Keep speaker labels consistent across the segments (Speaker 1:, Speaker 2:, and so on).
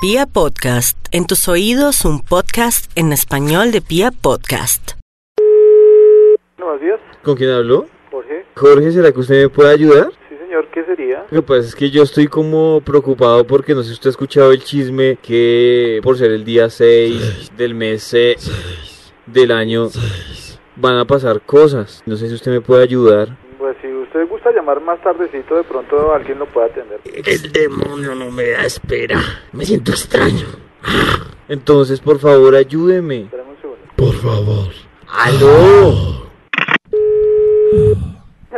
Speaker 1: Pia Podcast, en tus oídos un podcast en español de Pia Podcast.
Speaker 2: Buenos días,
Speaker 3: ¿Con quién habló?
Speaker 2: Jorge.
Speaker 3: Jorge, ¿será que usted me puede ayudar?
Speaker 2: Sí, señor, ¿qué sería?
Speaker 3: Lo que pasa es que yo estoy como preocupado porque no sé si usted ha escuchado el chisme que por ser el día 6 del mes 6 del año van a pasar cosas. No sé si usted me puede ayudar.
Speaker 2: Pues si usted gusta llamar más tardecito, de pronto alguien lo puede atender.
Speaker 4: El demonio no me da espera. Me siento extraño.
Speaker 3: Entonces, por favor, ayúdeme.
Speaker 2: Espérame un segundo.
Speaker 4: Por favor.
Speaker 3: ¡Aló!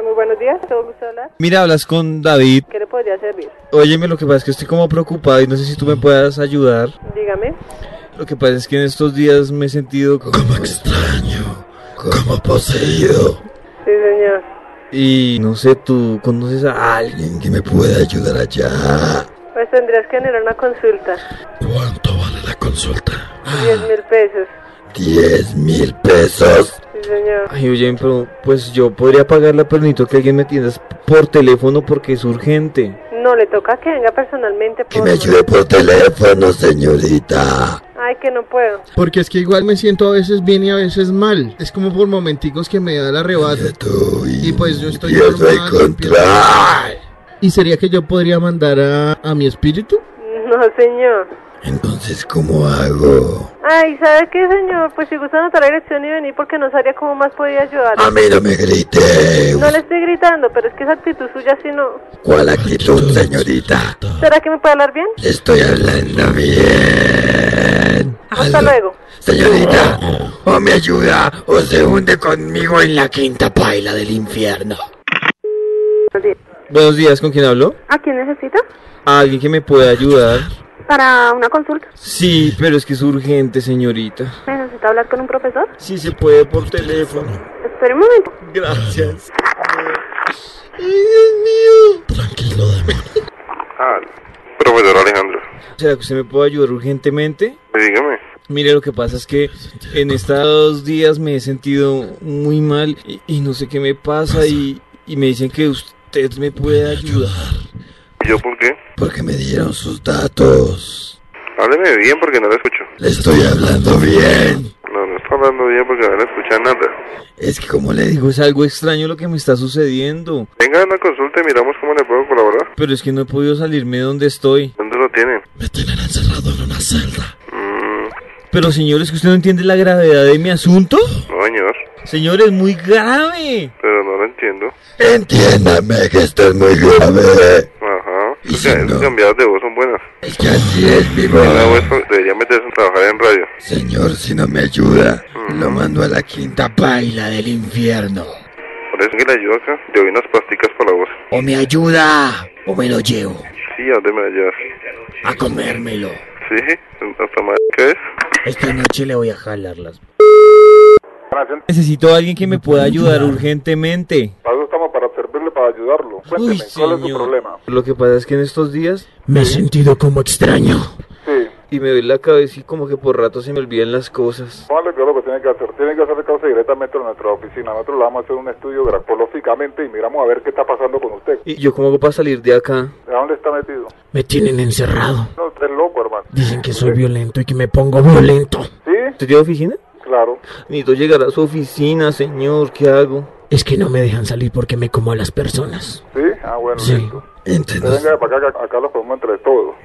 Speaker 5: Muy buenos días, ¿todo gusto hablar?
Speaker 3: Mira, hablas con David.
Speaker 5: ¿Qué le podría servir?
Speaker 3: Óyeme, lo que pasa es que estoy como preocupado y no sé si tú me puedas ayudar.
Speaker 5: Dígame.
Speaker 3: Lo que pasa es que en estos días me he sentido
Speaker 4: Como extraño. Como poseído.
Speaker 5: Sí, señor.
Speaker 3: y no sé, tú conoces a alguien.
Speaker 4: Alguien que me pueda ayudar allá.
Speaker 5: Pues tendrías que generar una consulta.
Speaker 4: ¿Cuánto vale la consulta?
Speaker 5: 10 mil pesos.
Speaker 4: Diez mil pesos.
Speaker 5: Sí, señor.
Speaker 3: Ay, oye, pero pues yo podría pagarla, pero necesito que alguien me atienda por teléfono porque es urgente.
Speaker 5: No, le toca que venga personalmente por...
Speaker 4: Que me ayude Eh, por teléfono, señorita.
Speaker 5: Ay, que no puedo.
Speaker 6: Porque es que igual me siento a veces bien y a veces mal. Es como por momenticos que me da el arrebato.
Speaker 4: Tú y,
Speaker 6: Y pues yo estoy
Speaker 4: empiezo a
Speaker 6: normal,
Speaker 4: encontrar.
Speaker 6: ¿Y sería que yo podría mandar a, a mi espíritu?
Speaker 5: No, señor.
Speaker 4: Entonces, ¿cómo hago?
Speaker 5: Ay, ¿sabe qué, señor? Pues si gusta anotar la dirección y venir porque no sabría cómo más podía ayudar.
Speaker 4: A mí no me grite.
Speaker 5: No le estoy gritando, pero es que esa actitud suya sí no...
Speaker 4: ¿Cuál actitud, señorita?
Speaker 5: ¿Será que me puede hablar bien?
Speaker 4: Estoy hablando bien.
Speaker 5: Hasta luego.
Speaker 4: Señorita,
Speaker 3: Ah.
Speaker 4: o me ayuda o se hunde conmigo en la quinta paila del infierno.
Speaker 3: Buenos días, ¿con quién hablo?
Speaker 7: ¿A quién necesita?
Speaker 3: ¿Alguien que me pueda ayudar?
Speaker 7: Para una consulta.
Speaker 3: Sí, pero es que es urgente, señorita.
Speaker 7: ¿Necesita hablar con un profesor?
Speaker 3: Sí se puede por teléfono.
Speaker 7: Espere un momento.
Speaker 3: Gracias.
Speaker 4: Tranquilo, demonio.
Speaker 8: Ah, profesor Alejandro,
Speaker 3: ¿Será que usted me puede ayudar urgentemente?
Speaker 8: dígame.
Speaker 3: Mire, lo que pasa es que en estos días me he sentido muy mal y, y no sé qué me pasa y, y me dicen que usted me puede ayudar.
Speaker 8: ¿Y ¿Yo por qué?
Speaker 4: Porque me dieron sus datos.
Speaker 8: Hábleme bien porque no la escucho.
Speaker 4: Le estoy hablando bien.
Speaker 8: No, no está hablando bien porque no la escucha nada.
Speaker 4: Es que como le digo,
Speaker 3: Digo, es algo extraño lo que me está sucediendo.
Speaker 8: Venga a una consulta y miramos cómo le puedo colaborar.
Speaker 3: Pero es que no he podido salirme de donde estoy.
Speaker 8: ¿Dónde lo tienen?
Speaker 4: me tienen encerrado en una celda.
Speaker 8: Mm,
Speaker 3: Pero señores, que usted no entiende la gravedad de mi asunto.
Speaker 8: no, señor,
Speaker 3: Señores, muy grave.
Speaker 8: pero no lo entiendo.
Speaker 4: Entiéndame que esto es muy grave.
Speaker 8: Ajá.
Speaker 4: ¿Y
Speaker 8: Esas
Speaker 4: si no?
Speaker 8: cambiadas de voz son buenas.
Speaker 4: Es que así es mi voz.
Speaker 8: La voz debería meterse a trabajar en radio.
Speaker 4: Señor, si no me ayuda, lo mando a la quinta paila del infierno.
Speaker 8: Por eso que le ayudo acá. Le doy unas pasticas para la voz.
Speaker 4: O me ayuda, o me lo llevo
Speaker 8: Sí, ¿a dónde me ayudas?
Speaker 4: a comérmelo.
Speaker 8: Sí, hasta más que es.
Speaker 4: Esta noche le voy a jalar las...
Speaker 3: Necesito a alguien que me pueda ayudar urgentemente.
Speaker 2: Para eso estamos, para servirle, para ayudarlo.
Speaker 3: Uy, señor. Lo que pasa es que en estos días
Speaker 4: Me he sentido como extraño.
Speaker 2: Sí,
Speaker 3: y me doy la cabeza y como que por rato se me olvidan las cosas.
Speaker 2: vale, claro lo que tiene que hacer. Tiene que hacer causa directamente a nuestra oficina. Nosotros le vamos a hacer un estudio grafológicamente y miramos a ver qué está pasando con usted.
Speaker 3: ¿Y yo cómo hago para salir de acá?
Speaker 2: ¿A dónde está metido?
Speaker 4: Me tienen encerrado.
Speaker 2: No, usted es loco, hermano.
Speaker 4: Dicen que soy violento y que me pongo violento.
Speaker 2: ¿Sí?
Speaker 3: ¿Usted tiene oficina?
Speaker 2: Claro.
Speaker 3: Necesito llegar a su oficina, señor. ¿Qué hago?
Speaker 4: Es que no me dejan salir porque me como a las personas.
Speaker 2: ¿Sí? Ah, bueno,
Speaker 4: Sí.
Speaker 2: listo. Usted
Speaker 4: Entiendo.
Speaker 2: venga para acá, acá, acá los podemos entre todos.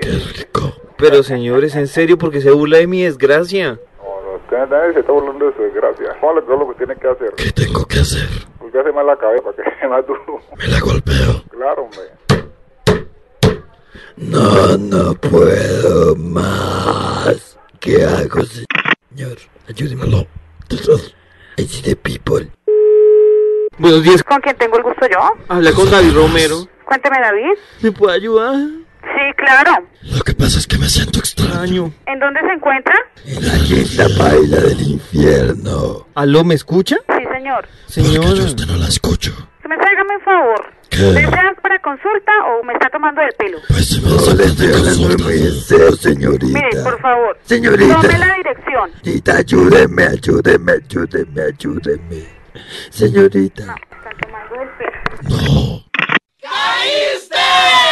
Speaker 4: Qué rico.
Speaker 3: Pero señores, en serio, porque se burla de mi desgracia.
Speaker 2: No, no, usted nadie se está burlando de su desgracia. Vale, claro lo que tiene que hacer.
Speaker 4: ¿Qué tengo que hacer?
Speaker 2: Porque hace mal la cabeza, para que sea más duro.
Speaker 4: ¿Me la golpeo?
Speaker 2: Claro, hombre.
Speaker 4: No, no puedo más. ¿Qué hago, señor? Ayúdemelo. de people.
Speaker 3: Buenos días.
Speaker 7: ¿Con quién tengo el gusto yo?
Speaker 3: Habla con David Romero.
Speaker 7: Cuénteme, David.
Speaker 3: ¿Me puede ayudar?
Speaker 7: Sí, claro.
Speaker 4: Lo que pasa es que me siento extraño.
Speaker 3: Año.
Speaker 7: ¿En dónde se encuentra?
Speaker 4: En la quinta baila del infierno.
Speaker 3: ¿Aló, me escucha?
Speaker 7: Sí, señor.
Speaker 3: Señora.
Speaker 4: no la escucho.
Speaker 7: Que me hágame un favor.
Speaker 4: Eh.
Speaker 7: ¿Desea para consulta o me está tomando del pelo?
Speaker 4: Pues se me no le estoy hablando muy en serio, señorita.
Speaker 7: Mire, por favor.
Speaker 4: Señorita.
Speaker 7: Tome la dirección.
Speaker 4: Señorita, ayúdeme, ayúdeme, ayúdeme, ayúdeme. Señorita.
Speaker 7: Están tomando del pelo.
Speaker 4: No.